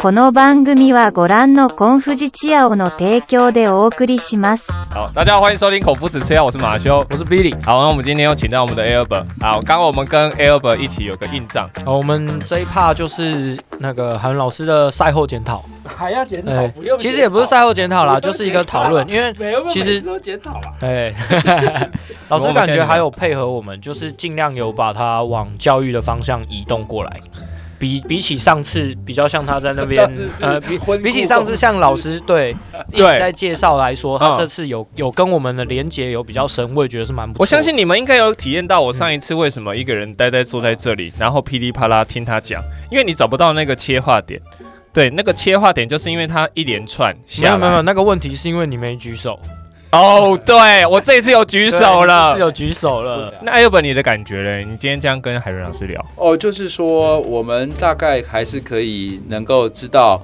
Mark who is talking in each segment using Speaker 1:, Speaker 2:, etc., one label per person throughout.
Speaker 1: この番組はご覧のコンフジチアオの提供でお送りします。
Speaker 2: 好，大家好，欢迎收听口夫子吃药，我是马修。
Speaker 3: 我是 Billy。
Speaker 2: 好，那我们今天又请到我们的 Albert。好，刚刚我们跟 Albert 一起有个硬仗，
Speaker 3: 好，我们这一趴就是那个韩文老师的赛后检讨。
Speaker 4: 还要检讨
Speaker 3: 哎，
Speaker 4: 不用检讨
Speaker 3: 其实也不是赛后检讨
Speaker 4: 不
Speaker 3: 啦，
Speaker 4: 用
Speaker 3: 就是一个讨论，因为
Speaker 4: 没有，
Speaker 3: 其实
Speaker 4: 每次都检讨啊。
Speaker 3: 哎，老师感觉还有配合我们，就是尽量有把它往教育的方向移动过来。比比起上次，比较像他在那边
Speaker 4: 上次，是
Speaker 3: 呃，比
Speaker 4: 婚顾
Speaker 3: 比起上次像老师对一直在介绍来说，他
Speaker 2: 嗯
Speaker 3: 这次有有跟我们的连接有比较深，我也觉得是蛮不错。
Speaker 2: 我相信你们应该有体验到我上一次为什么一个人呆呆坐在这里，然后噼里啪啦听他讲，因为你找不到那个切化点。对，那个切化点就是因为他一连串
Speaker 3: 没
Speaker 2: 下来。
Speaker 3: 有没有没有，那个问题是因为你没举手，
Speaker 2: 哦，对我这一次有举手
Speaker 3: 是
Speaker 2: 了。
Speaker 3: 有举手了。
Speaker 2: 那 Albert 你的感觉嘞？你今天这样跟海伦老师聊，
Speaker 4: 哦，就是说我们大概还是可以能够知道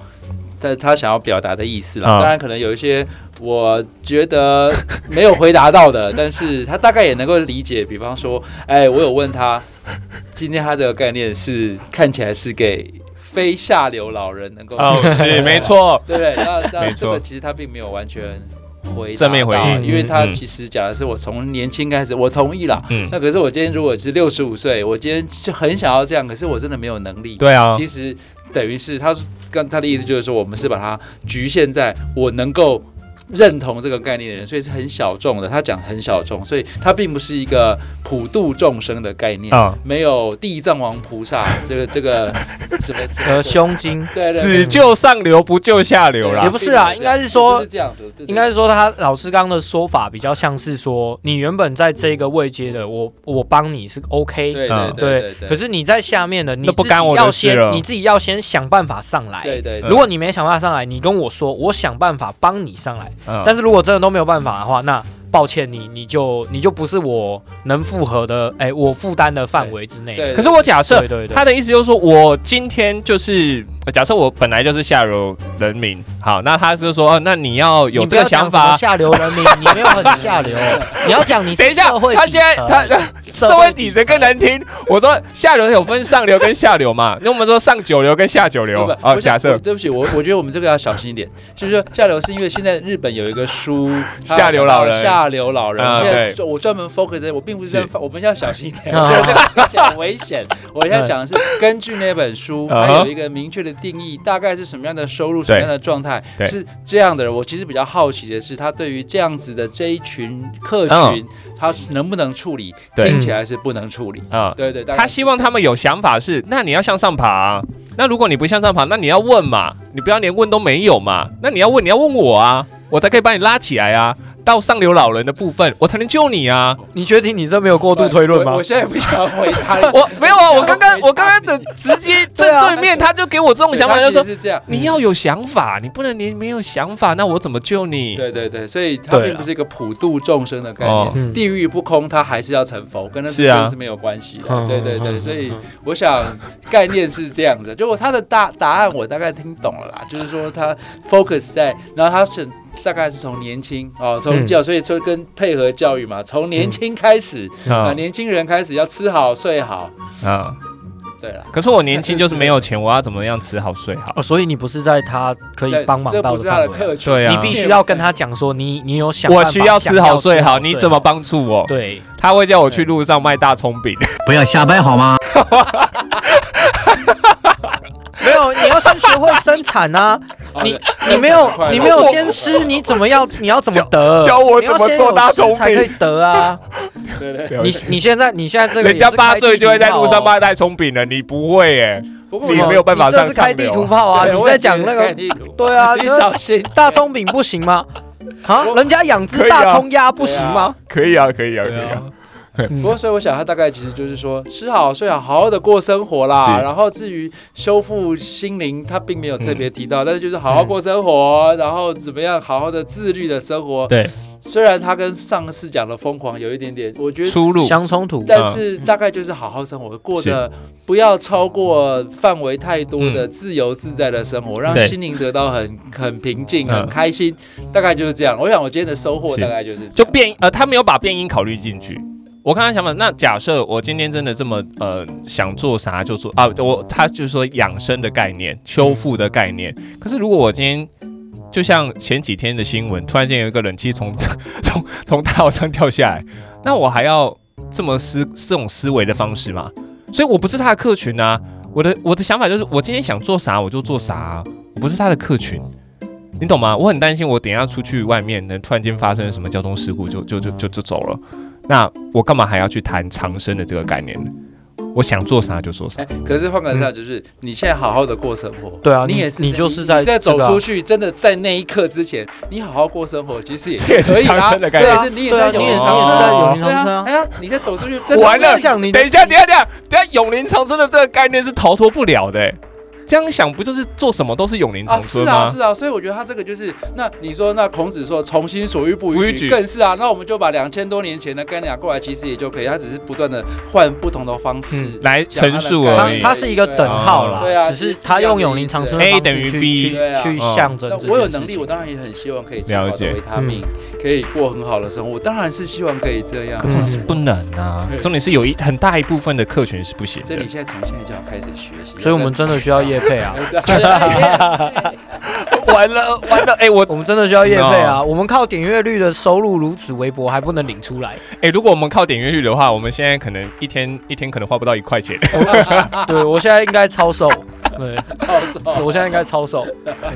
Speaker 4: 他他想要表达的意思啦。
Speaker 2: 啊
Speaker 4: 当然，可能有一些我觉得没有回答到的，但是他大概也能够理解。比方说，哎，我有问他， 今天他这个概念是看起来是给非下流老人能够
Speaker 2: 哦， 是没错，
Speaker 4: 对不对？那那
Speaker 2: 没
Speaker 4: 这
Speaker 2: 错
Speaker 4: 个其实他并没有完全回答
Speaker 2: 正面回
Speaker 4: 到
Speaker 3: 应
Speaker 4: 因为他
Speaker 2: 嗯
Speaker 4: 其实讲的是我从年轻开始，我同意啦。
Speaker 2: 嗯，
Speaker 4: 那可是我今天如果是六十五岁，我今天就很想要这样，可是我真的没有能力。
Speaker 2: 对啊，
Speaker 4: 其实等于是他跟他的意思就是说，我们是把它局限在我能够认同这个概念的人，所以是很小众的。他讲很小众，所以它并不是一个普度众生的概念。
Speaker 2: 啊，
Speaker 4: 没有地藏王菩萨这个这个 什么什
Speaker 3: 呃，
Speaker 4: 么
Speaker 3: 胸襟
Speaker 4: 对对
Speaker 2: 只救上流不救下流啦
Speaker 3: 也。不是啦
Speaker 4: 并
Speaker 3: 应该是说
Speaker 4: 不是这样子，对对
Speaker 3: 应该是说他老师刚刚的说法比较像是说，你原本在这个位阶的，我我帮你是 OK，
Speaker 4: 对
Speaker 2: 嗯
Speaker 4: 对对对，
Speaker 3: 可是你在下面的，你自己
Speaker 2: 不干我的
Speaker 3: 要
Speaker 2: 事了
Speaker 3: 先你自己要先想办法上来。
Speaker 4: 对对，对
Speaker 3: 如果你没想办法上来，你跟我说，我想办法帮你上来。
Speaker 2: 嗯
Speaker 3: 但是如果真的都没有办法的话，那抱歉你，你就你就不是我能负荷的，哎、我负担的范围之内。
Speaker 4: 对
Speaker 2: 可是我假设
Speaker 3: 对对对
Speaker 2: 他的意思就是说，我今天就是呃假设我本来就是下流人民，好，那他就说，哦那你要有
Speaker 3: 你不
Speaker 2: 这
Speaker 3: 要
Speaker 2: 个
Speaker 3: 讲
Speaker 2: 想
Speaker 3: 什么
Speaker 2: 法。
Speaker 3: 下 流人民，你没有很下流，你要讲你
Speaker 2: 等
Speaker 3: 是
Speaker 2: 一下
Speaker 3: 社会，
Speaker 2: 他
Speaker 3: 底
Speaker 2: 现在
Speaker 3: 层
Speaker 2: 他社会底层更难听。我说下流有分上流跟下流嘛，那我们说上九流跟下九流
Speaker 4: 不
Speaker 2: 啊
Speaker 4: 不，
Speaker 2: 哦
Speaker 4: 我
Speaker 2: 假
Speaker 4: 想我
Speaker 2: 设
Speaker 4: 对不起，我我觉得我们这个要小心一点。就是说下流是因为现在日本有一个书 它
Speaker 2: 下流老人
Speaker 4: 下流老人
Speaker 2: 啊。
Speaker 4: 现在
Speaker 2: 对
Speaker 4: 就我专门 focus 在，我并不是在
Speaker 2: 是，
Speaker 4: 我们要小心一点。
Speaker 3: 啊
Speaker 4: 我这个讲危 险，我现在讲的是根据那本书，
Speaker 2: 啊
Speaker 4: 它有一个明确的定义，大概是什么样的收入，什么样的状态
Speaker 2: 对
Speaker 4: 是这样的人。我其实比较好奇的是，他对于这样子的这一群客群，他能不能处理？
Speaker 2: 嗯对
Speaker 4: 听起来是不能处理。
Speaker 2: 啊，
Speaker 4: 对对，大概
Speaker 2: 他希望他们有想法是，那你要向上爬啊。那如果你不向上爬，那你要问嘛，你不要连问都没有嘛。那你要问，你要问我啊，我才可以把你拉起来啊。到上流老人的部分，我才能救你啊。。
Speaker 3: 你确定你这没有过度推论吗
Speaker 4: 我我？现在不想回答
Speaker 2: 我没有啊，我刚刚我刚刚的直接正
Speaker 3: 对啊
Speaker 2: 对面，他就给 我这种
Speaker 4: 对
Speaker 2: 想法，就
Speaker 4: 他其实
Speaker 2: 说
Speaker 4: 嗯是这样。
Speaker 2: 你要有想法，你不能连没有想法，那我怎么救你？
Speaker 4: 对对对，所以它
Speaker 3: 对
Speaker 4: 并不是一个普度众生的概
Speaker 2: 啊哦
Speaker 4: 念，
Speaker 3: 嗯
Speaker 4: 地狱不空，它还是要成佛，跟那
Speaker 2: 是啊
Speaker 4: 真的是没有关系的。
Speaker 3: 嗯
Speaker 4: 对对
Speaker 3: 嗯
Speaker 4: 对，
Speaker 3: 嗯
Speaker 4: 所以
Speaker 3: 嗯
Speaker 4: 我想概念是这样子，就我他的大答案我大概听懂了啦，就是说他 focus 在，然后他是大概是从年轻哦，从
Speaker 3: 嗯
Speaker 4: 教，所以就跟配合教育嘛，从年轻开始啊，
Speaker 2: 啊
Speaker 4: 年轻人开始要吃好睡好，
Speaker 2: 啊！
Speaker 4: 对啦。
Speaker 2: 可是我年轻就是没有钱，我要怎么样吃好睡 好？
Speaker 3: 哦，所以你不是在他可以
Speaker 4: 对
Speaker 3: 帮忙
Speaker 4: 这
Speaker 3: 到
Speaker 4: 不
Speaker 3: 的
Speaker 4: 是他的
Speaker 3: 范围啊。
Speaker 4: 客群，
Speaker 2: 对啊
Speaker 3: 你必须要跟他讲说，你你有想
Speaker 2: 我
Speaker 3: 办法，
Speaker 2: 需要吃好睡好，
Speaker 3: 想要吃
Speaker 2: 你怎么？帮助我？
Speaker 3: 对，
Speaker 2: 他会叫我去路上卖大葱饼。
Speaker 5: 不要瞎掰好吗？
Speaker 3: 没有，你要先学会生产 啊！
Speaker 4: 哦
Speaker 3: 你
Speaker 4: 对
Speaker 3: 你没有
Speaker 4: 生产快乐
Speaker 3: 你没有先吃，你怎么要你要怎么得？
Speaker 2: 教教我怎么做大
Speaker 3: 你要先
Speaker 2: 葱饼
Speaker 3: 有吃才可以 得啊！
Speaker 4: 对对。
Speaker 3: 你你现在你现在这个
Speaker 2: 人家
Speaker 3: 也是开
Speaker 2: 八岁就会在路上
Speaker 3: 地啊图炮哦
Speaker 2: 卖大葱饼了，你不会耶？
Speaker 4: 不过
Speaker 2: 自
Speaker 4: 我
Speaker 2: 己没有办法
Speaker 3: 你这
Speaker 2: 上
Speaker 3: 是
Speaker 2: 上
Speaker 3: 开地图
Speaker 2: 流。
Speaker 3: 炮啊！
Speaker 4: 对
Speaker 3: 你
Speaker 4: 我也
Speaker 3: 在讲
Speaker 4: 觉
Speaker 3: 那
Speaker 4: 得
Speaker 3: 个
Speaker 4: 看地图
Speaker 3: 对啊，
Speaker 4: 你
Speaker 3: 你
Speaker 4: 小心。
Speaker 3: 大葱饼不 行吗？啊，人家养
Speaker 2: 可
Speaker 3: 只
Speaker 2: 以啊
Speaker 3: 大葱鸭不行吗？
Speaker 2: 可以啊，可以啊，可
Speaker 3: 对
Speaker 2: 以啊
Speaker 3: 啊。
Speaker 4: 不过，所以我想，他大概其实就是说，吃好睡好，好好的过生活啦。
Speaker 2: 是
Speaker 4: 然后至于修复心灵，他并没有特别提
Speaker 2: 嗯
Speaker 4: 到，但是就是好好过生活，然后怎么样，好好的自律的生活。
Speaker 2: 对，
Speaker 4: 虽然他跟上次讲的疯狂有一点点，我觉得。
Speaker 2: 出嗯路
Speaker 3: 相冲突。
Speaker 4: 但是大概就是好好生活，过得不要超过范围太多的自由自在的生活，
Speaker 2: 嗯
Speaker 4: 让
Speaker 2: 对
Speaker 4: 心灵得到很很平静、
Speaker 2: 嗯
Speaker 4: 很开心，大概就是这样。我想我今天的收获
Speaker 2: 是
Speaker 4: 大概就是这样
Speaker 2: 就变呃，他没有把变音考虑进去。我刚才想法，那假设我今天真的这么呃想做啥就做啊，我他就是说养生的概念、修复的概念。可是如果我今天就像前几天的新闻，突然间有一个冷气从 从从大楼上掉下来，那我还要这么思这种思维的方式吗？所以我不是他的客群啊。我的我的想法就是，我今天想做啥我就做啥啊、我不是他的客群，你懂吗？我很担心，我等一下出去外面，能突然间发生什么交通事故，就就就就就走了。那我干嘛还要去谈长生的这个概念呢？我想做啥就做啥
Speaker 4: 哎。，可是换个人讲，就是你现在好好的过生活，
Speaker 3: 嗯对啊，
Speaker 4: 你也
Speaker 3: 你就是在
Speaker 4: 在走
Speaker 3: 这个啊
Speaker 4: 出去，真的在那一刻之前，你好好过生活，其实也
Speaker 2: 这也是
Speaker 4: 可以
Speaker 2: 长
Speaker 4: 啊，
Speaker 2: 生的概
Speaker 4: 对
Speaker 2: 念
Speaker 4: 啊，是你也
Speaker 3: 对啊
Speaker 4: 在
Speaker 3: 你也
Speaker 4: 永
Speaker 2: 长生
Speaker 4: 对
Speaker 2: 在
Speaker 4: 啊
Speaker 2: 永
Speaker 3: 宁长生啊
Speaker 4: 对啊，你在走出去，真的
Speaker 2: 完了
Speaker 4: 我在想你的
Speaker 2: 等一下，等一
Speaker 4: 心
Speaker 2: 下，等一下，等一下，永龄长生的这个概念是逃脱不了的、欸。这样想不就是做什么都是永龄
Speaker 4: 啊，
Speaker 2: 长
Speaker 4: 是
Speaker 2: 生吗？
Speaker 4: 啊，是啊，所以我觉得他这个就是，那你说，那孔子说“从心所欲不
Speaker 2: 不
Speaker 4: 逾
Speaker 2: 逾
Speaker 4: 矩”，
Speaker 2: 矩
Speaker 4: 更是啊。那我们就把两千多年前的概念拿过来，其实也就可以。他只是不断的换不同的方式
Speaker 3: 嗯
Speaker 2: 来
Speaker 4: 讲
Speaker 2: 陈
Speaker 4: 的
Speaker 2: 述
Speaker 4: 概
Speaker 3: 它
Speaker 2: 而
Speaker 4: 念
Speaker 2: 已。
Speaker 3: 它是一个等号啦，
Speaker 4: 对啊
Speaker 3: 只是它用永龄长春的
Speaker 2: A
Speaker 3: 方
Speaker 2: 等于
Speaker 3: 式去
Speaker 2: B
Speaker 3: 去
Speaker 4: 对啊
Speaker 3: 去
Speaker 2: 嗯
Speaker 3: 象征
Speaker 4: 那
Speaker 3: 这件事情。
Speaker 4: 我有能力，我当然也很希望可以吃好
Speaker 2: 了
Speaker 4: 的
Speaker 2: 解
Speaker 4: 维他命，可以过很好的生活，我当然是希望可以这样
Speaker 2: 可。重点是不能啊，
Speaker 4: 对
Speaker 2: 重点是有一很大一部分的客群是不行
Speaker 4: 所
Speaker 2: 的
Speaker 4: 以你。现在从现在就要开始学习，
Speaker 3: 所以我们真的需要业配啊，
Speaker 2: 完了完了，哎、我
Speaker 3: 我们真的需要业配啊，我们靠点阅率的收入如此微薄，还不能领出 来。
Speaker 2: 哎、如果我们靠点阅率的话，我们现在可能一天一天可能花不到一块钱。
Speaker 3: 嗯 对我现在应该超瘦，对，
Speaker 4: 操手。
Speaker 3: 我现在应该 超瘦。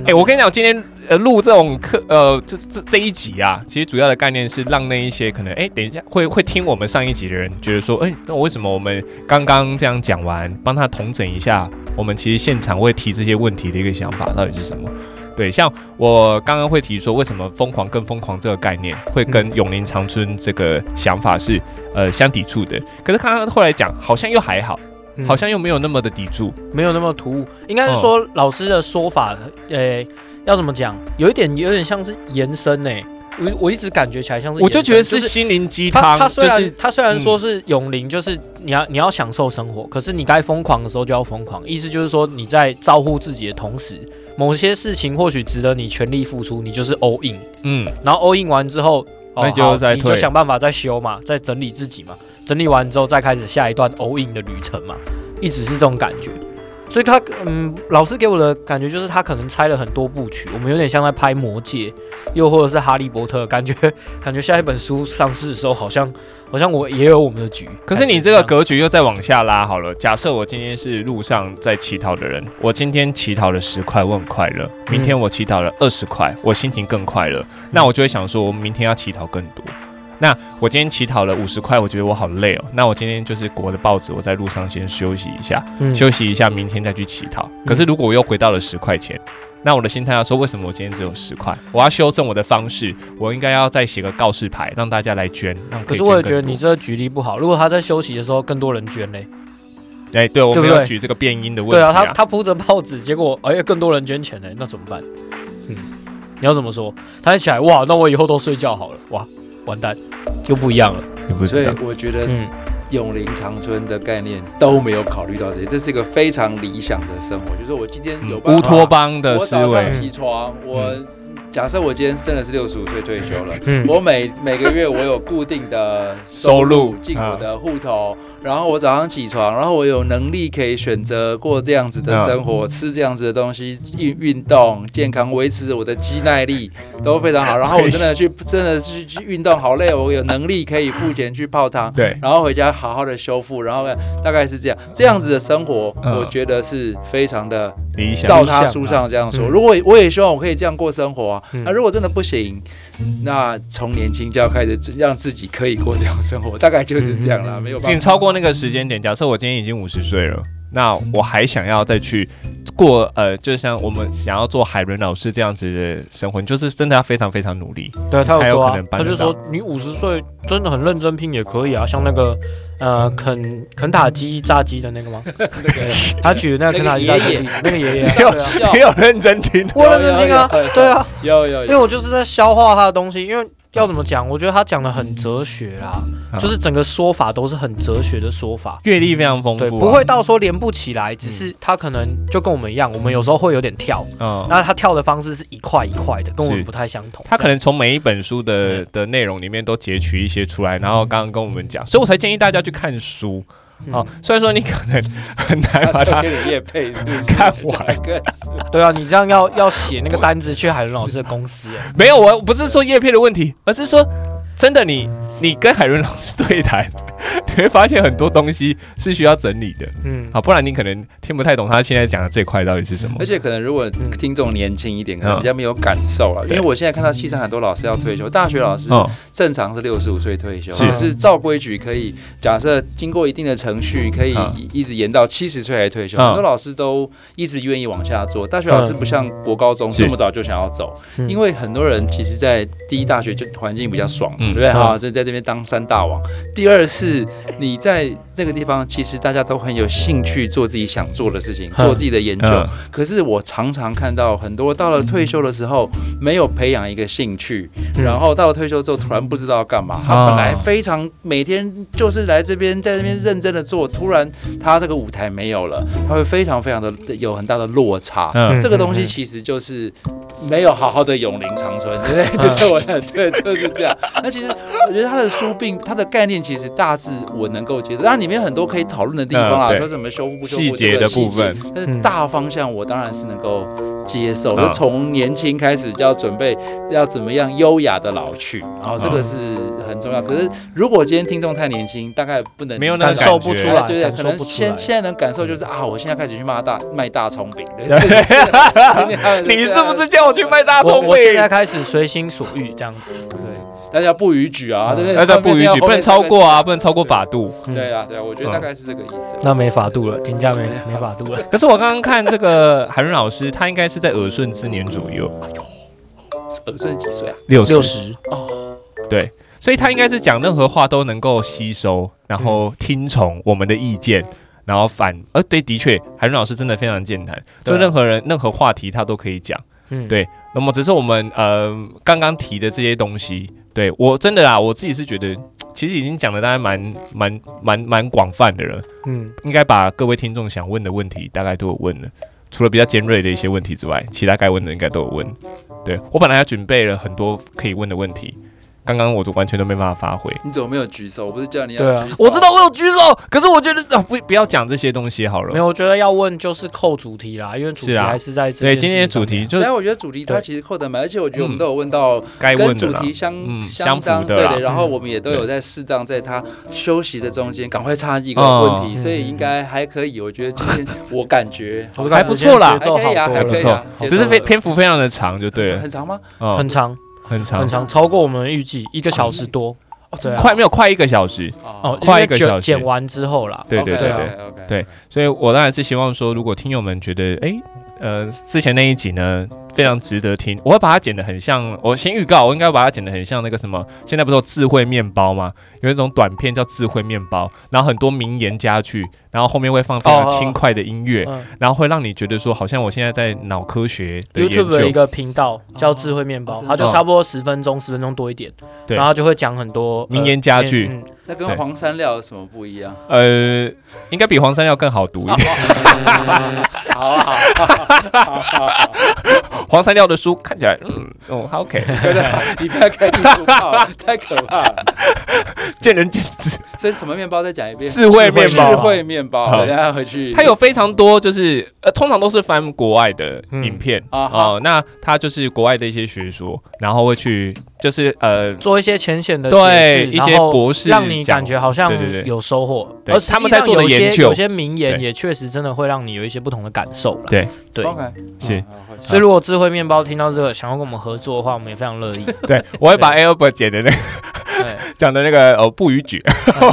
Speaker 2: 哎、我跟你讲，今天呃录这种课呃这这这一集啊，其实主要的概念是让那一些可能哎、等一下会会听我们上一集的人觉得说，哎、那为什么我们刚刚这样讲完，帮他统整一下，我们其实现场会提这些问题的一个想法到底是什么？对，像我刚刚会提说，为什么疯狂跟疯狂这个概念会跟永龄长春这个想法是呃相抵触的，可是刚刚后来讲好像又还好，
Speaker 3: 嗯
Speaker 2: 好像又没有那么的抵触，
Speaker 3: 没有那么突兀，应该是
Speaker 2: 哦
Speaker 3: 说老师的说法，呃、要怎么讲，有一点有点像是延伸呢、我我一直感觉起来像是延伸，
Speaker 2: 我就觉得是
Speaker 3: 嗯就
Speaker 2: 心灵鸡
Speaker 3: 他
Speaker 2: 汤，
Speaker 3: 他虽
Speaker 2: 就
Speaker 3: 然、
Speaker 2: 是嗯
Speaker 3: 他虽然说是永龄，就是你要你要享受生活，可是你该疯狂的时候就要疯狂，意思就是说你在照顾自己的同时，某些事情或许值得你全力付出，你就是 all in，
Speaker 2: 嗯。
Speaker 3: 然后 all in 完之后，哦
Speaker 2: 那就
Speaker 3: 好
Speaker 2: 再
Speaker 3: 你
Speaker 2: 退
Speaker 3: 就想办法再修嘛，再整理自己嘛，整理完之后再开始下一段 all in 的旅程嘛，一直是这种感觉。所以他嗯，老师给我的感觉就是他可能拆了很多部曲，我们有点像在拍《魔戒》，又或者是《哈利波特》，感觉 感觉下一本书上市的时候，好像好像我也有我们的局。
Speaker 2: 可是你这个
Speaker 3: 感觉
Speaker 2: 格局又再往下拉好了。假设我今天是路上在乞讨的人，我今天乞讨了十块，我很快乐；
Speaker 3: 嗯
Speaker 2: 明天我乞讨了二十块，我心情更快乐。那我就会想说，我明天要乞讨更多。那我今天乞讨了五十块，我觉得我好累哦。那我今天就是裹着报纸，我在路上先休息一下，
Speaker 3: 这样子，嗯
Speaker 2: 休息一下，明天再去乞讨。可是如果我又回到了十块钱，那我的心态要说，为什么我今天只有十块？我要修正我的方式，我应该要再写个告示牌，让大家来捐，让
Speaker 3: 可
Speaker 2: 以
Speaker 3: 是我也
Speaker 2: 捐更
Speaker 3: 觉得
Speaker 2: 多
Speaker 3: 你这个举例不好，如果他在休息的时候更多人捐嘞，
Speaker 2: 哎、对，我
Speaker 3: 对
Speaker 2: 没
Speaker 3: 不
Speaker 2: 有
Speaker 3: 对
Speaker 2: 举这个变音的问
Speaker 3: 对
Speaker 2: 题、
Speaker 3: 啊，他他铺着报纸，结果哎呀，更多人捐钱呢，那怎么办？嗯，你要怎么说？他一起来哇，那我以后都睡觉好了，哇，完蛋，又不一样了。
Speaker 2: 你不
Speaker 4: 所
Speaker 2: 知
Speaker 4: 以
Speaker 2: 道，
Speaker 4: 我觉得
Speaker 3: 嗯，
Speaker 4: 永龄长春的概念都没有考虑到这些，这是一个非常理想的生活。就是我今天有
Speaker 2: 嗯
Speaker 4: 办
Speaker 2: 乌
Speaker 4: 法
Speaker 2: 托邦的
Speaker 4: 我
Speaker 2: 思
Speaker 4: 早
Speaker 2: 维嗯
Speaker 4: 上，起床，我假设我今天真的是六十五岁退休了，
Speaker 3: 嗯
Speaker 4: 我每每个月我有固定的
Speaker 2: 收入啊
Speaker 4: 进我的户头，然后我早上起床，然后我有能力可以选择过这样子的生
Speaker 2: 啊
Speaker 4: 活，吃这样子的东西，运运动，健康，维持我的肌耐力
Speaker 2: 嗯
Speaker 4: 都非 常好。然后我真的去真的是去运动，好累哦，我有能力可以付钱去泡汤。
Speaker 2: 对，
Speaker 4: 然后回家好好的修复，然后大概是这样，这样子的生活，
Speaker 2: 嗯
Speaker 4: 我觉得是非常的
Speaker 2: 理想。啊
Speaker 4: 照他书上这样说。
Speaker 3: 嗯
Speaker 4: 如果我也希望我可以这样过生活啊，
Speaker 3: 嗯
Speaker 4: 那如果真的不行，那从年轻就要开始让自己可以过这样生活，大概就是这样啦，没有办
Speaker 2: 仅
Speaker 4: 法。
Speaker 2: 超过那个时间点，假设我今天已经五十岁了，那我还想要再去过，呃，就像我们想要做海伦老师这样子的生活，你就是真的要非常非常努力。
Speaker 3: 对啊，他
Speaker 2: 才有
Speaker 3: 说
Speaker 2: 可
Speaker 3: 啊
Speaker 2: 能，办
Speaker 3: 他
Speaker 2: 得
Speaker 3: 就说你五十岁真的很认真拼也可以啊，像那个呃肯肯塔基炸鸡的那个吗？对他举的那个肯塔基炸鸡，那个爷爷啊， 对啊，
Speaker 2: 没有认真听，
Speaker 3: 我认真听啊，对啊，
Speaker 4: 有有
Speaker 3: 因为
Speaker 4: 有，
Speaker 3: 我就是在消化他的东西，因为要怎么讲？我觉得他讲的很哲学啦，
Speaker 2: 啊
Speaker 3: 就是整个说法都是很哲学的说法。
Speaker 2: 阅历非常丰富、
Speaker 3: 对，
Speaker 2: 啊，
Speaker 3: 不会到说连不起来，只是他可能就跟我们一样，我们有时候会有点跳，
Speaker 2: 嗯，
Speaker 3: 那他跳的方式是一块一块的，跟我们
Speaker 2: 是
Speaker 3: 不太相同。
Speaker 2: 他可能从每一本书的的内容里面都截取一些出来，然后刚刚跟我们讲，所以我才建议大家去看书啊、
Speaker 3: 嗯啊
Speaker 2: 虽然说你可能很难 把
Speaker 4: 他就
Speaker 2: 它
Speaker 4: 给你夜配是不是？
Speaker 2: 看 完
Speaker 4: 个
Speaker 3: 对啊，你这样要要写那个单子去海伦老师的公司、哎
Speaker 2: 没有，我不是说叶片的问题，而是说真的你，你跟海伦老师对谈， 你会发现很多东西是需要整理的，
Speaker 3: 嗯，
Speaker 2: 好，不然你可能听不太懂他现在讲的这块到底是什么
Speaker 4: 而。且可能如果
Speaker 3: 嗯
Speaker 4: 听众年轻一点，可能
Speaker 2: 嗯
Speaker 4: 比较没有感受啊。因
Speaker 2: 对
Speaker 4: 为我现在看到系上很多老师要退休，大学老师
Speaker 2: 哦，
Speaker 4: 正常是六十五岁退休，
Speaker 2: 是
Speaker 4: 可是照规矩可以，假设经过一定的程序，可以
Speaker 2: 嗯
Speaker 4: 一直延到七十岁来退休。
Speaker 2: 嗯
Speaker 4: 很多老师都一直愿意往下做，大学老师不像国高中
Speaker 2: 是
Speaker 4: 这么早就想要走，
Speaker 3: 嗯
Speaker 4: 因为很多人其实，在第一大学就环境比较爽，
Speaker 2: 嗯
Speaker 4: 对不对？
Speaker 3: 嗯
Speaker 4: 哈，就在这边当山大王。第二是你在那个地方，其实大家都很有兴趣做自己想做的事情，
Speaker 3: 嗯
Speaker 4: 做自己的研究。
Speaker 2: 嗯
Speaker 4: 可是我常常看到很多到了退休的时候，没有培养一个兴趣，
Speaker 3: 嗯
Speaker 4: 然后到了退休之后突然不知道干嘛。他本来非常每天就是来这边，在这边认真的做，突然他这个舞台没有了，他会非常非常的有很大的落差。
Speaker 2: 嗯
Speaker 4: 这个东西其实就是没有好好的永龄长存， 对不
Speaker 3: 嗯
Speaker 4: 对？就是我的对，就是这样。那其实我觉得他的书并他的概念其实大致我能够接受，当然里面有很多可以讨论的地方
Speaker 2: 嗯
Speaker 4: 啊，
Speaker 2: 对
Speaker 4: 说什么修复不修复
Speaker 2: 细节的
Speaker 4: 这个细
Speaker 2: 部
Speaker 4: 节
Speaker 2: 分，
Speaker 4: 但
Speaker 3: 嗯
Speaker 4: 是大方向我当然是能够接受，
Speaker 2: 嗯
Speaker 4: 就从年轻开始就要准备要怎么样优雅的老去，然后这个是很重要。可是如果今天听众太年轻，大概不能
Speaker 2: 没有那
Speaker 3: 感
Speaker 2: 个
Speaker 3: 受不出来，
Speaker 4: 对对，
Speaker 3: 感
Speaker 4: 可
Speaker 3: 受
Speaker 4: 能
Speaker 3: 不出来
Speaker 4: 现。现在能感受就是啊，我现在开始去卖大卖大葱饼， 对这个是今天还有
Speaker 2: 你是不是叫我去卖大
Speaker 3: 我
Speaker 2: 葱
Speaker 3: 我现在
Speaker 2: 饼？
Speaker 3: 开始随心所欲这样子，对，
Speaker 4: 大家不逾矩啊，
Speaker 3: 嗯
Speaker 4: 对不对？
Speaker 2: 哎那对，不允许，不能超过啊，不能超过
Speaker 4: 法。
Speaker 2: 法度。
Speaker 4: 对啊，对啊，我觉得大概是这个意思。
Speaker 3: 那没法度了，评价没没法度了，
Speaker 2: 可是我刚刚看这 个海伦老师，他应该是在耳顺之年左右，
Speaker 4: 耳顺几岁啊？
Speaker 2: 六
Speaker 3: 六十，
Speaker 2: 所以他应该是讲任何话都能够吸收，然后听从我们的意见，然后反呃对，的确，海伦老师真的非常健谈，
Speaker 3: 对
Speaker 2: 就
Speaker 3: 啊
Speaker 2: 任何人任何话题他都可以讲。
Speaker 3: 嗯，
Speaker 2: 对那么只是我们呃刚刚提的这些东西，对我真的啦，我自己是觉得其实已经讲的大概蛮蛮蛮蛮广泛的了，
Speaker 3: 嗯，
Speaker 2: 应该把各位听众想问的问题大概都有问了。除了比较尖锐的一些问题之外，其他该问的应该都有问。对我本来还准备了很多可以问的问题，刚刚我都完全都没办法发挥。
Speaker 4: 你怎么没有举手？我不是叫你要
Speaker 3: 对啊
Speaker 4: 举手
Speaker 2: 我知道我有举手，可是我觉得啊，不不要讲这些东西好
Speaker 3: 没
Speaker 2: 了。
Speaker 3: 有，我觉得要问就是扣主题啦，因为主题
Speaker 2: 是啊
Speaker 3: 还是在这
Speaker 2: 所以
Speaker 3: 件事
Speaker 2: 今天的主
Speaker 3: 上
Speaker 2: 题
Speaker 3: 面
Speaker 2: 就
Speaker 4: 但
Speaker 2: 是
Speaker 4: 我觉得主题它
Speaker 3: 对
Speaker 4: 其实扣的蛮，而且我觉得我们都有问到
Speaker 2: 该问
Speaker 4: 跟
Speaker 2: 的
Speaker 4: 主
Speaker 2: 啦。
Speaker 4: 题相
Speaker 2: 嗯
Speaker 4: 相
Speaker 2: 相
Speaker 4: 当
Speaker 2: 符的
Speaker 4: 对
Speaker 2: 啦
Speaker 4: 的，然后
Speaker 3: 嗯
Speaker 4: 我们也都
Speaker 2: 对
Speaker 4: 有在适当在他休息的中间赶快插几个
Speaker 2: 哦
Speaker 4: 问题，嗯所以应该还可以。我觉得今天我感觉
Speaker 3: 我
Speaker 2: 还
Speaker 3: 感觉
Speaker 2: 不错啦
Speaker 3: 节奏
Speaker 4: 还可以啊
Speaker 3: 好多
Speaker 4: 还
Speaker 3: 了
Speaker 4: 可
Speaker 2: 不
Speaker 4: 以
Speaker 2: 错
Speaker 4: 啊，
Speaker 2: 只是
Speaker 4: 非
Speaker 2: 篇篇幅非常的长，就对了，
Speaker 4: 很长吗？
Speaker 2: 嗯
Speaker 3: 很，长
Speaker 2: 很长
Speaker 3: 很，长，超过我们预计一个小时多
Speaker 4: 哦，
Speaker 3: 对啊
Speaker 2: 快没有快一个小时。
Speaker 3: 哦，
Speaker 2: 快一
Speaker 3: 因为
Speaker 2: 个
Speaker 3: 剪
Speaker 2: 小时
Speaker 3: 剪完之后啦，
Speaker 2: 对对对对，
Speaker 4: ，OK，啊
Speaker 2: 对所以我当然是希望说，如果听友们觉得，诶，呃，之前那一集呢非常值得听，我会把它剪得很像，我先预告，我应该把它剪得很像那个什么，现在不是有智慧面包吗？有一种短片叫智慧面包，然后很多名言佳句，然后后面会放非
Speaker 3: 哦哦
Speaker 2: 常
Speaker 3: 哦
Speaker 2: 轻快的音乐，
Speaker 3: 嗯
Speaker 2: 然后会让你觉得说，好像我现在在脑科学的研
Speaker 3: ，YouTube 的一
Speaker 2: 究，哦
Speaker 3: 个频道叫智慧面包，
Speaker 4: 哦
Speaker 3: 它就差不多十分钟，十分钟多一点，
Speaker 2: 对
Speaker 3: 然后它就会讲很多呃
Speaker 2: 名言佳句
Speaker 3: 嗯
Speaker 4: 那跟
Speaker 2: 对
Speaker 4: 黄山料有什么不一 样？
Speaker 2: 呃，应该比黄山料更好读一点。
Speaker 4: 好
Speaker 3: 哦
Speaker 4: 啊好啊，
Speaker 3: 啊
Speaker 2: 黄山料的书看起来，嗯，哦好，OK，
Speaker 4: 对对你不要开地图炮，太可怕了。
Speaker 2: 见仁见智，
Speaker 4: 所以什么面包再讲一遍？
Speaker 2: 智慧面
Speaker 3: 智
Speaker 4: 智
Speaker 2: 包。
Speaker 4: 慧面包，
Speaker 2: 好
Speaker 4: 等一下回去。
Speaker 2: 它有非常多，就是呃，通常都是翻国外的
Speaker 3: 嗯
Speaker 2: 影片
Speaker 4: 啊哈
Speaker 2: 哦、那它就是国外的一些学说，然后会去就是呃，
Speaker 3: 做一些浅显的
Speaker 2: 对
Speaker 3: 解释
Speaker 2: 一些
Speaker 3: 然后
Speaker 2: 博士
Speaker 3: 让你
Speaker 2: 讲
Speaker 3: 感觉好像
Speaker 2: 对对对
Speaker 3: 有收获，
Speaker 2: 对
Speaker 3: 而实际
Speaker 2: 他们在做的
Speaker 3: 上有些
Speaker 2: 研究
Speaker 3: 有些名言
Speaker 2: 对
Speaker 3: 也确实真的会让你有一些不同的感受了。
Speaker 2: 对
Speaker 3: 对，
Speaker 4: OK，
Speaker 2: 是
Speaker 4: 好，好好
Speaker 3: 所以如果智慧面包听到这个，想要跟我们合作的话，我们也非常乐 意。
Speaker 2: 对我会把 Albert 剪的那个
Speaker 3: 对，
Speaker 2: 讲的那个呃不逾矩，
Speaker 3: 好，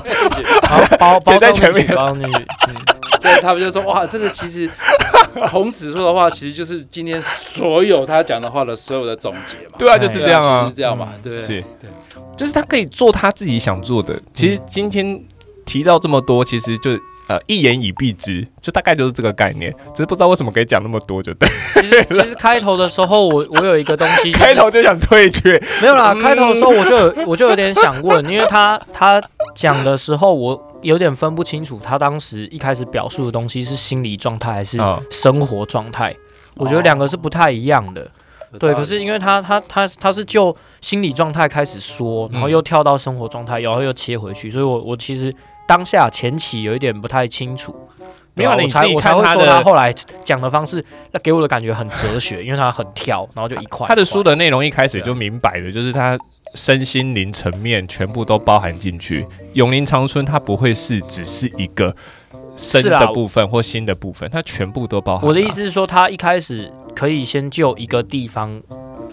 Speaker 3: 包包
Speaker 2: 剪在
Speaker 3: 装
Speaker 2: 前
Speaker 3: 进
Speaker 2: 面
Speaker 3: 去，包装进去。嗯
Speaker 4: 所以他们就说：“哇，这个其实孔子说的话，其实就是今天所有他讲的话的所有的总结嘛。”
Speaker 2: 对啊，就是
Speaker 4: 对
Speaker 2: 这样
Speaker 4: 就
Speaker 2: 啊
Speaker 4: 是，这样嘛，对不对？
Speaker 2: 是
Speaker 4: 对，
Speaker 2: 就是他可以做他自己想做的。其实今天提到这么多，其实就呃一言以蔽之，就大概就是这个概念。只是不知道为什么可以讲那么多，就对。
Speaker 3: 其实 其实开头的时候我，我有一个东西、就是
Speaker 2: 开头嗯就想退却，
Speaker 3: 没有啦，开头的时候我就有我就有点想问，因为他他讲的时候，我有点分不清楚他当时一开始表述的东西是心理状态还是
Speaker 2: 嗯
Speaker 3: 生活状态，我觉得两个是不太一样的。对，可是因为他他他他是就心理状态开始说，
Speaker 2: 嗯
Speaker 3: 然后又跳到生活状态，然后又切回去，所以我我其实当下前期有一点不太清楚。
Speaker 2: 没有
Speaker 3: 对啊
Speaker 2: 你
Speaker 3: 我才
Speaker 2: 自己
Speaker 3: 我才
Speaker 2: 看
Speaker 3: 会
Speaker 2: 他
Speaker 3: 说
Speaker 2: 的
Speaker 3: 他后来讲的方式，那给我的感觉很哲学，因为他很跳，然后就一块
Speaker 2: 他的
Speaker 3: 一块
Speaker 2: 书的内容一开
Speaker 3: 啊
Speaker 2: 始就明摆的，就是他身心灵层面全部都包含进去。永林长春它不会是只是一个生
Speaker 3: 是
Speaker 2: 的
Speaker 3: 啦
Speaker 2: 部分啊或新的部分，它全部都包含。
Speaker 3: 我的意，思是说，他一开始可以先就一个地方，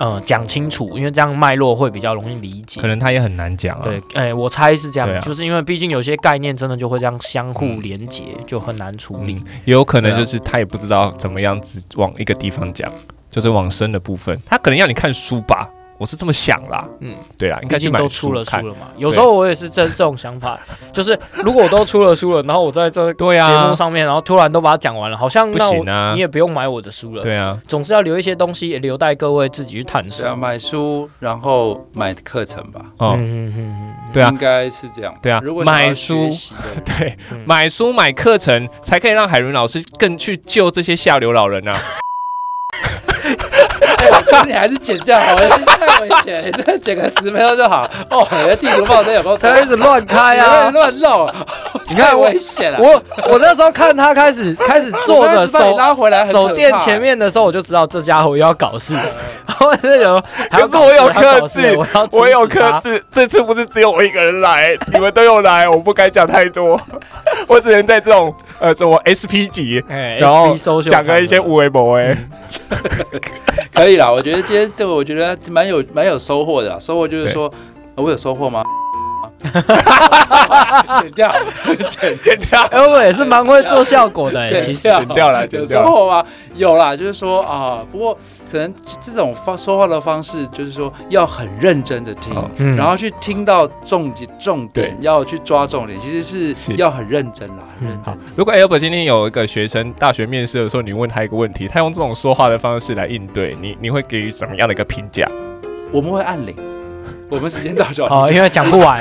Speaker 3: 呃，讲清楚，因为这样脉络会比较容易理解
Speaker 2: 可。能他也很难讲啊。
Speaker 3: 对，哎、我猜是这样，
Speaker 2: 对啊
Speaker 3: 就是因为毕竟有些概念真的就会这样相互连结，就很难处理。
Speaker 2: 嗯，也有可能
Speaker 3: 对啊
Speaker 2: 就是他也不知道怎么样子往一个地方讲，就是往深的部分，他可能要你看书吧，我是这么想啦。嗯
Speaker 3: 嗯，
Speaker 2: 对啦，应
Speaker 3: 毕
Speaker 2: 该去
Speaker 3: 竟
Speaker 2: 买
Speaker 3: 都出了
Speaker 2: 书
Speaker 3: 书
Speaker 2: 看。
Speaker 3: 了嘛，有时候我也是这这种想法，就是如果我都出了书了，然后我在这节
Speaker 2: 对
Speaker 3: 目
Speaker 2: 啊，
Speaker 3: 上面，然后突然都把它讲完了，好像
Speaker 2: 不
Speaker 3: 那我、
Speaker 2: 行啊
Speaker 3: 你，也不用买我的书了，
Speaker 2: 对啊，
Speaker 3: 总是要留一些东西留待各位自己去探
Speaker 4: 是
Speaker 3: 索。
Speaker 4: 啊，买书然后买课程吧，
Speaker 2: 哦，
Speaker 3: 嗯嗯嗯嗯
Speaker 2: 对啊
Speaker 4: 应该是这样。
Speaker 2: 对啊
Speaker 4: 如果想要
Speaker 2: 买书
Speaker 4: 学习的
Speaker 2: 对，
Speaker 3: 嗯
Speaker 2: 买书买课程才可以让海伦老师更去救这些下流老人啊！
Speaker 4: 话，你还是剪掉好了，太危险了，你再剪个十分钟就好。哦，你的地图炮真有够多，
Speaker 3: 他一直乱开啊
Speaker 4: 你！乱 漏，
Speaker 3: 你看
Speaker 4: 太
Speaker 3: 我
Speaker 4: 危险了。
Speaker 3: 我我那时候看他开 始开始坐着
Speaker 4: 我刚才把
Speaker 3: 手
Speaker 4: 你拉回来很可怕嗯
Speaker 3: 手电前面的时候，我就知道这家伙又要搞事。然后我就有，还 要
Speaker 2: 可是我有
Speaker 3: 搞事还要搞
Speaker 2: 克制
Speaker 3: 事我要阻止
Speaker 2: 我有克
Speaker 3: 他。
Speaker 2: 制，这次不是只有我一个人来， 你们都有来，我不敢讲太多， 我只能在这种呃什么 SP 级，
Speaker 3: 哎
Speaker 2: 然后
Speaker 3: SB 搜秀
Speaker 2: 讲个一些
Speaker 3: 场合
Speaker 2: 无为博哎，
Speaker 4: 可以啦，我觉得今天这个我觉得蛮有蛮有收获的啦。收获就是说，呃我有收 获吗？剪掉，剪
Speaker 2: 剪掉
Speaker 3: 哎，我也是蛮会做效果 的、哎
Speaker 4: 剪
Speaker 3: 其实
Speaker 4: 掉，
Speaker 2: 剪掉啦剪
Speaker 4: 有
Speaker 2: 掉
Speaker 4: 收获吗？有啦，就是说啊，不过可能这种方说话的方式，就是说要很认真的听
Speaker 2: 哦，
Speaker 3: 嗯
Speaker 4: 然后去听到重点，重点
Speaker 2: 对
Speaker 4: 要去抓重点，其实
Speaker 2: 是
Speaker 4: 是要很认真啦，很认
Speaker 3: 嗯
Speaker 4: 真
Speaker 3: 好。
Speaker 2: 如果 Albert 今天有一个学生大学面试的时候，你问他一个问题，他用这种说话的方式来应对，你你会给予怎么样的一个评价？
Speaker 4: 我们会按 铃，我们时间到就好。
Speaker 3: 哦，因为讲不完，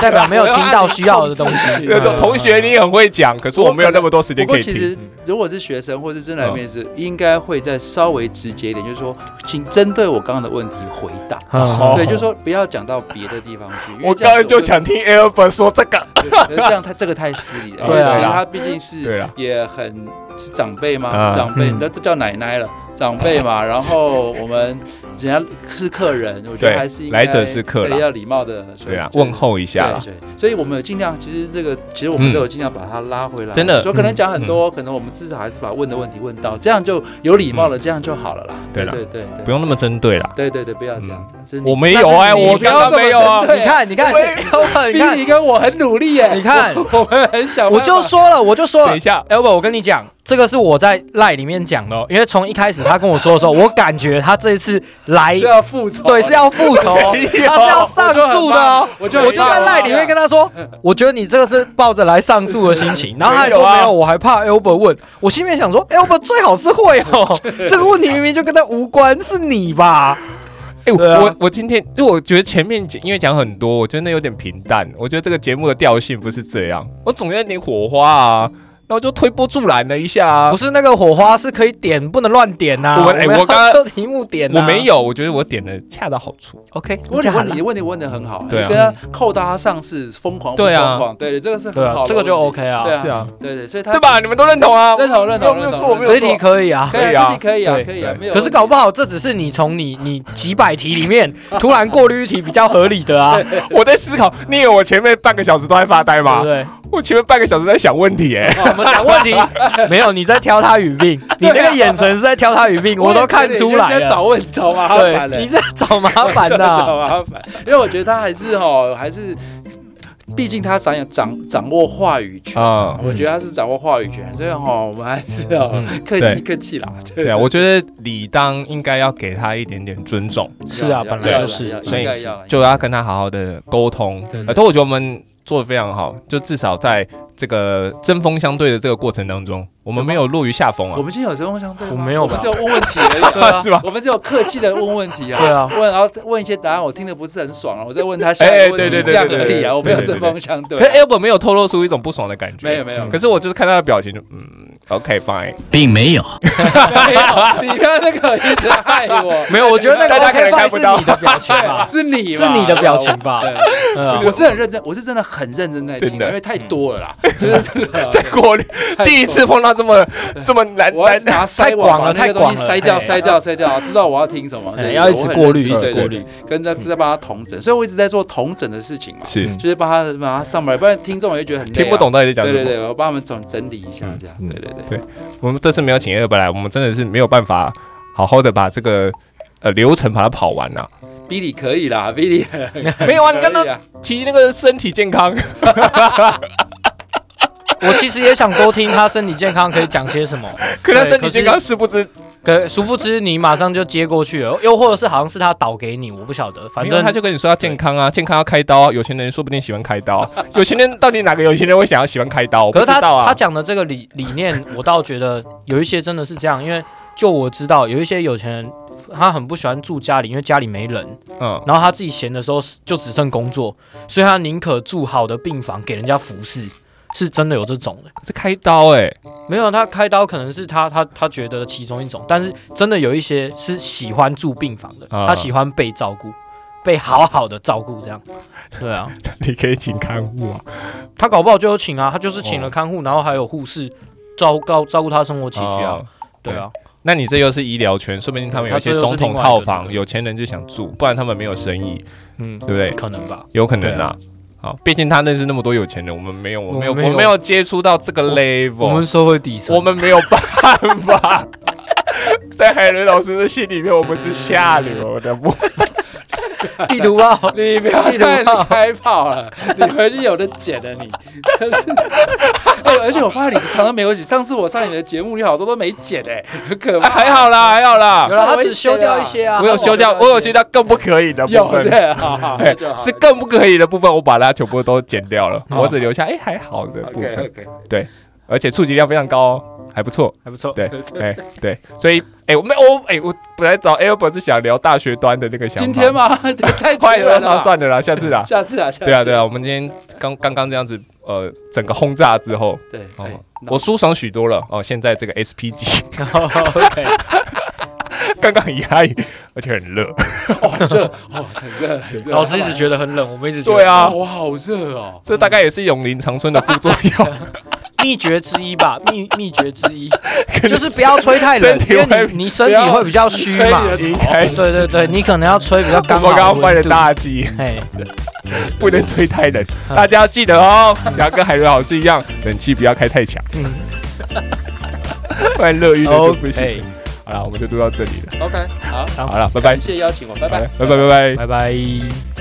Speaker 3: 代表没有听到需要的东 西。
Speaker 2: 有种呃同学你也很会讲，可是我没有那么多时
Speaker 4: 不
Speaker 2: 间可
Speaker 4: 过
Speaker 2: 以嗯
Speaker 4: 其
Speaker 2: 听。
Speaker 4: 实如果是学生或是真的来面试，应该会再稍微直接一点，就是说，请针对我刚刚的问题回答。
Speaker 3: 嗯
Speaker 2: 哦
Speaker 4: 对，就是说不要讲到别的地方去。因为
Speaker 2: 我
Speaker 4: 这样
Speaker 2: 刚刚
Speaker 4: 子
Speaker 2: 就
Speaker 4: 会
Speaker 2: 想听 Albert 说这个，
Speaker 4: 对可是这样他这个太失礼 了，因
Speaker 3: 对
Speaker 4: 为
Speaker 3: 啊
Speaker 4: 其实他毕竟
Speaker 2: 对
Speaker 4: 是
Speaker 2: 啊
Speaker 4: 也很是长辈嘛，
Speaker 2: 啊
Speaker 4: 长辈
Speaker 3: 嗯
Speaker 4: 那都叫奶奶了，长辈 嘛。然后我们人家是客人，我觉
Speaker 2: 对
Speaker 4: 得还是应该
Speaker 2: 来者是客啦
Speaker 4: 对要礼貌的
Speaker 2: 对啊，问候一下啦。
Speaker 4: 对对，所以我们有尽量，其实这个其实我
Speaker 2: 嗯
Speaker 4: 们都有尽量把它拉回来，
Speaker 2: 真的嗯
Speaker 4: 所以可能讲很多，可能我们至少还是把问的问题问到，这样就有礼貌了，这样就好了啦。
Speaker 2: 嗯对啦
Speaker 4: 对对对
Speaker 2: 不用那么针对啦。
Speaker 4: 对对对，不要这样子，真的
Speaker 2: 我没有哎，
Speaker 3: 但是你
Speaker 2: 我
Speaker 3: 不要
Speaker 2: 刚刚
Speaker 4: 这么
Speaker 2: 没有啊
Speaker 4: 针。对
Speaker 3: 你看，你看， 你
Speaker 4: 逼
Speaker 3: 看，
Speaker 4: 你跟我很努力耶，
Speaker 3: 你看
Speaker 4: 我我们很想办法，
Speaker 3: 我就说了，我就说
Speaker 2: 等
Speaker 3: 了
Speaker 2: 一，下，
Speaker 3: Albert，我跟你讲，这个是我在赖里面讲的、哦，因为从一开始他跟我说的时候，我感觉他这一次来
Speaker 4: 是，
Speaker 2: 啊
Speaker 4: 要复仇，啊
Speaker 3: 对，是要复 仇哦，他是要上诉的哦。
Speaker 4: 我就很啊
Speaker 3: 我就在赖里面跟他说，我觉得你这个是抱着来上诉的心情，然后他还说
Speaker 2: 没有啊
Speaker 3: 没有，我还怕 Albert 问，我心里面想说，Albert 最好是会哦，这个问题明明就跟他无关，是你吧？
Speaker 2: 哎，
Speaker 3: 对啊
Speaker 2: 我我今天，因为我觉得前面因为讲很多，我觉得那有点平淡。我觉得这个节目的调性不是这样，我总要有点火花啊，那我就推波助澜了一下啊
Speaker 3: 不。是那个火花是可以点，不能乱点呐、
Speaker 2: 我
Speaker 3: 我
Speaker 2: 哎
Speaker 3: 们
Speaker 2: 我刚
Speaker 3: 要就题目
Speaker 4: 啊
Speaker 3: 点、啊
Speaker 2: 我没。有，我觉得我点的恰到好处。
Speaker 3: OK，
Speaker 4: 问你问你问你问的很好，
Speaker 2: 对啊
Speaker 4: 你跟他扣到他上次疯狂不
Speaker 2: 对啊
Speaker 4: 疯狂，对对，这个是
Speaker 3: 对
Speaker 4: 很
Speaker 3: 啊
Speaker 4: 好，的问题，
Speaker 3: 这个就 OK 啊。
Speaker 4: 对啊
Speaker 2: 是啊，
Speaker 4: 对对，所以他
Speaker 2: 对吧？你们都认同啊？
Speaker 4: 认同认同
Speaker 2: 没有
Speaker 4: 认
Speaker 2: 错
Speaker 4: 同，
Speaker 2: 没有
Speaker 3: 这
Speaker 2: 错
Speaker 3: 一题可以啊。
Speaker 4: 可以
Speaker 2: 可以啊
Speaker 4: 啊，这题可以啊
Speaker 2: 对，
Speaker 4: 可以啊
Speaker 2: 对，
Speaker 4: 没有
Speaker 3: 可
Speaker 4: 问题。
Speaker 3: 是搞不好这只是你从你你几百题里面突然过滤一题比较合理的啊，对
Speaker 2: 我在思考，你以为我前面半个小时都在发呆
Speaker 3: 不
Speaker 2: 吗？
Speaker 3: 对？
Speaker 2: 我前面半个小时在想问题、哎，
Speaker 3: 什么想问题？ 没有，你在挑他语病，你那个眼神是在挑他语 病，我都看出来
Speaker 4: 你在找
Speaker 3: 了。
Speaker 4: 问找麻烦了，
Speaker 3: 对，你在找麻烦
Speaker 4: 真的 找
Speaker 3: 呐。
Speaker 4: 麻烦，因为我觉得他还是哦，还是，毕竟他掌有掌掌握话语权。
Speaker 2: 啊、
Speaker 4: 我觉得他是掌握话语权，所以哈，我们还是哦
Speaker 3: 嗯
Speaker 4: 客
Speaker 2: 对
Speaker 4: 气客气啦。
Speaker 2: 对啊，我觉得理当应该要给他一点点尊重，
Speaker 3: 是啊，本来就是
Speaker 4: 要要，
Speaker 2: 所以
Speaker 4: 应该要啦
Speaker 2: 就要跟他好好的沟通哎
Speaker 3: 对。对
Speaker 2: 而且我觉得我们做得非常好，就至少在这个针锋相对的这个过程当中，我们没有落于下风啊
Speaker 4: 我。们今天有针锋相对吗
Speaker 3: 我没有
Speaker 4: 我
Speaker 3: 吧
Speaker 4: 们只有问问题而已，对啊
Speaker 2: 是吧
Speaker 4: 我们只有客气的问问题啊，
Speaker 3: 对啊
Speaker 4: 问然后问一些答案，我听得不是很爽啊，我再问他下一个问
Speaker 2: 哎对
Speaker 4: 题，
Speaker 2: 对对
Speaker 4: 这样而
Speaker 2: 对
Speaker 4: 已
Speaker 2: 对
Speaker 4: 啊，我没有
Speaker 2: 对对
Speaker 4: 针
Speaker 2: 对
Speaker 4: 锋相
Speaker 2: 可是哎
Speaker 4: 对，啊
Speaker 2: Albert 没有透露出一种不爽的感觉，
Speaker 4: 没有没有，
Speaker 2: 可是我就是看他的表情就，嗯，OK fine，
Speaker 5: 并没有。
Speaker 4: 没啊有，你看那个一直害我，，
Speaker 3: 没有，我觉得那个
Speaker 2: 大家可能
Speaker 3: OK
Speaker 2: 看
Speaker 3: fine
Speaker 2: 不
Speaker 3: 是
Speaker 2: 到
Speaker 3: 你的表情吧
Speaker 4: 是你吧
Speaker 3: 是你的表情吧
Speaker 4: 对
Speaker 3: 嗯啊
Speaker 4: 我是很认真，我是真的很认真在听
Speaker 2: 真
Speaker 4: 的，
Speaker 2: 的
Speaker 4: 因为太多了啦，就是真的
Speaker 2: 在国内
Speaker 4: 太多了
Speaker 2: 第一次碰到这么这么难
Speaker 4: 我要是
Speaker 2: 难
Speaker 4: 拿筛
Speaker 3: 广
Speaker 4: 网
Speaker 3: 了
Speaker 4: 把那
Speaker 3: 太
Speaker 4: 个
Speaker 3: 广
Speaker 4: 东西
Speaker 3: 了
Speaker 4: 筛掉、
Speaker 2: 哎
Speaker 3: 嘿
Speaker 4: 筛掉、筛掉，知道我要听什么，
Speaker 3: 哎
Speaker 4: 对
Speaker 3: 要一直过滤
Speaker 4: 我很
Speaker 2: 一直过
Speaker 4: 认真
Speaker 3: 滤，
Speaker 4: 跟在在帮他同整，所以我一直在做同整的事情嘛，
Speaker 2: 是
Speaker 4: 就是帮他帮他上班，不然听众也会觉得很累啊
Speaker 2: 听不。懂到底在讲
Speaker 4: 对
Speaker 2: 什
Speaker 4: 对
Speaker 2: 么。
Speaker 4: 对，我帮他们总整理一下，这样，对对对。
Speaker 2: 我们这次没有请 Albert 来，我们真的是没有办法好好的把这个呃流程把它跑完 了。
Speaker 4: Billy 可以啦，Billy
Speaker 2: 没有啊，你刚刚
Speaker 4: 可以啊
Speaker 2: 提那个身体健康，
Speaker 3: 我其实也想多听他身体健康可以讲些什么，
Speaker 2: 可他
Speaker 3: 对
Speaker 2: 身
Speaker 3: 可
Speaker 2: 体
Speaker 3: 是
Speaker 2: 健康是不知，
Speaker 3: 可殊不知你马上就接过去了，又或者是好像是他导给你，我不晓得，反
Speaker 2: 没有
Speaker 3: 正
Speaker 2: 他就跟你说要健康啊，健康要开刀啊，有钱人说不定喜欢开刀，啊有钱人到底哪个有钱人会想要喜欢开刀？我
Speaker 3: 可
Speaker 2: 不
Speaker 3: 是
Speaker 2: 知
Speaker 3: 他、
Speaker 2: 道啊
Speaker 3: 他，讲的这个理理念，我倒觉得有一些真的是这样，因为就我知道有一些有钱人，他很不喜欢住家里，因为家里没人，
Speaker 2: 嗯，
Speaker 3: 然后他自己闲的时候就只剩工作，所以他宁可住好的病房给人家服侍，是真的有这种的。
Speaker 2: 是开刀哎、
Speaker 3: 没有，他开刀可能是他他他觉得的其中一种，但是真的有一些是喜欢住病房的，
Speaker 2: 啊
Speaker 3: 他喜欢被照顾，被好好的照顾这样。对啊，
Speaker 2: 你可以请看护啊，
Speaker 3: 他搞不好就有请啊，他就是
Speaker 2: 哦
Speaker 3: 请了看护，然后还有护士照顾照顾他生活起居啊。
Speaker 2: 哦
Speaker 3: 对啊，
Speaker 2: 那你这又是医疗圈，说不定他们有一些
Speaker 3: 他这又
Speaker 2: 总
Speaker 3: 是
Speaker 2: 统
Speaker 3: 另外一个
Speaker 2: 套房，
Speaker 3: 对
Speaker 2: 有钱人就想住，不然他们没有生意，
Speaker 3: 嗯，
Speaker 2: 对不对？
Speaker 3: 可能吧。
Speaker 2: 有可能
Speaker 3: 对
Speaker 2: 啊。好，毕竟他认识那么多有钱人，我们没有，我没有，
Speaker 3: 我们没有
Speaker 2: 我没有接触到这个 level，我们
Speaker 3: 社会底
Speaker 2: 我 们没有办法。 在海伦老师的心里面，我们是下流的，不
Speaker 3: 地图炮，
Speaker 4: 你不要再开炮了，你回去有的剪了你。真是的哎、而且我发现你常常没有剪，上次我上你的节目，你好多都没剪哎、很可怕。
Speaker 2: 还好啦，还好
Speaker 3: 有
Speaker 2: 啦，
Speaker 3: 了，他只修掉一些啊。
Speaker 2: 我有修掉，我有修掉更不可以的部
Speaker 4: 有
Speaker 2: 分，
Speaker 4: 对，好好，那
Speaker 2: 哎
Speaker 4: 就好
Speaker 2: 是更不可以的部分，我把它全部都剪掉了，
Speaker 3: 好
Speaker 2: 我只留下哎还好的部
Speaker 4: OK
Speaker 2: 分，
Speaker 4: OK，
Speaker 2: 而且触及量非常高哦，还不错。
Speaker 3: 还不错。
Speaker 2: 对，哎、对，所以，哎、我们我哎、我本来找 Albert 是想聊大学端的那个想法，
Speaker 4: 今天吗？太突
Speaker 2: 坏了，
Speaker 4: 然
Speaker 2: 那
Speaker 4: 了，。
Speaker 2: 算了啦，下次啦
Speaker 4: 下次啊，下次
Speaker 2: 对啊，对啊，我们今天刚刚刚这样子，呃，整个轰炸之后，
Speaker 4: 对，
Speaker 2: 哦
Speaker 4: 哎
Speaker 2: 我舒爽许多了哦。现在这个 SP 级
Speaker 3: OK，
Speaker 2: 刚刚很压抑，而且很热。
Speaker 4: 哦很热，哦很热，很热
Speaker 3: 老师一直觉得很冷，我们一直觉得
Speaker 2: 对啊
Speaker 4: 哦，我好热哦。
Speaker 2: 这大概也是永林长春的副作用，
Speaker 3: 秘诀之一吧，秘秘诀之 一 就是不要吹太
Speaker 2: 身，
Speaker 3: 冷
Speaker 2: 体
Speaker 3: 因
Speaker 2: 会
Speaker 3: 为你你身体会比较虚
Speaker 4: 吹
Speaker 3: 嘛
Speaker 4: 你。的
Speaker 2: 应
Speaker 3: 对
Speaker 2: 该是。
Speaker 3: 哎对对，你可能要吹比较刚
Speaker 2: 我
Speaker 3: 好
Speaker 2: 刚刚
Speaker 3: 的
Speaker 2: 犯了
Speaker 3: 温度。
Speaker 2: 大忌，
Speaker 3: 哎，
Speaker 2: 不能吹太冷，
Speaker 3: 嗯
Speaker 2: 大家要记得哦。想要跟海伦老师一样，冷气不要开太强，
Speaker 3: 嗯
Speaker 2: 不然热晕了
Speaker 3: 哦
Speaker 2: 就不行。
Speaker 3: ，OK，
Speaker 2: 好了，我们就录到这里了。
Speaker 4: OK，好，
Speaker 2: 好了，拜拜
Speaker 4: 感。谢邀请我，拜拜
Speaker 2: 好。嘞拜拜拜拜。
Speaker 3: 拜拜。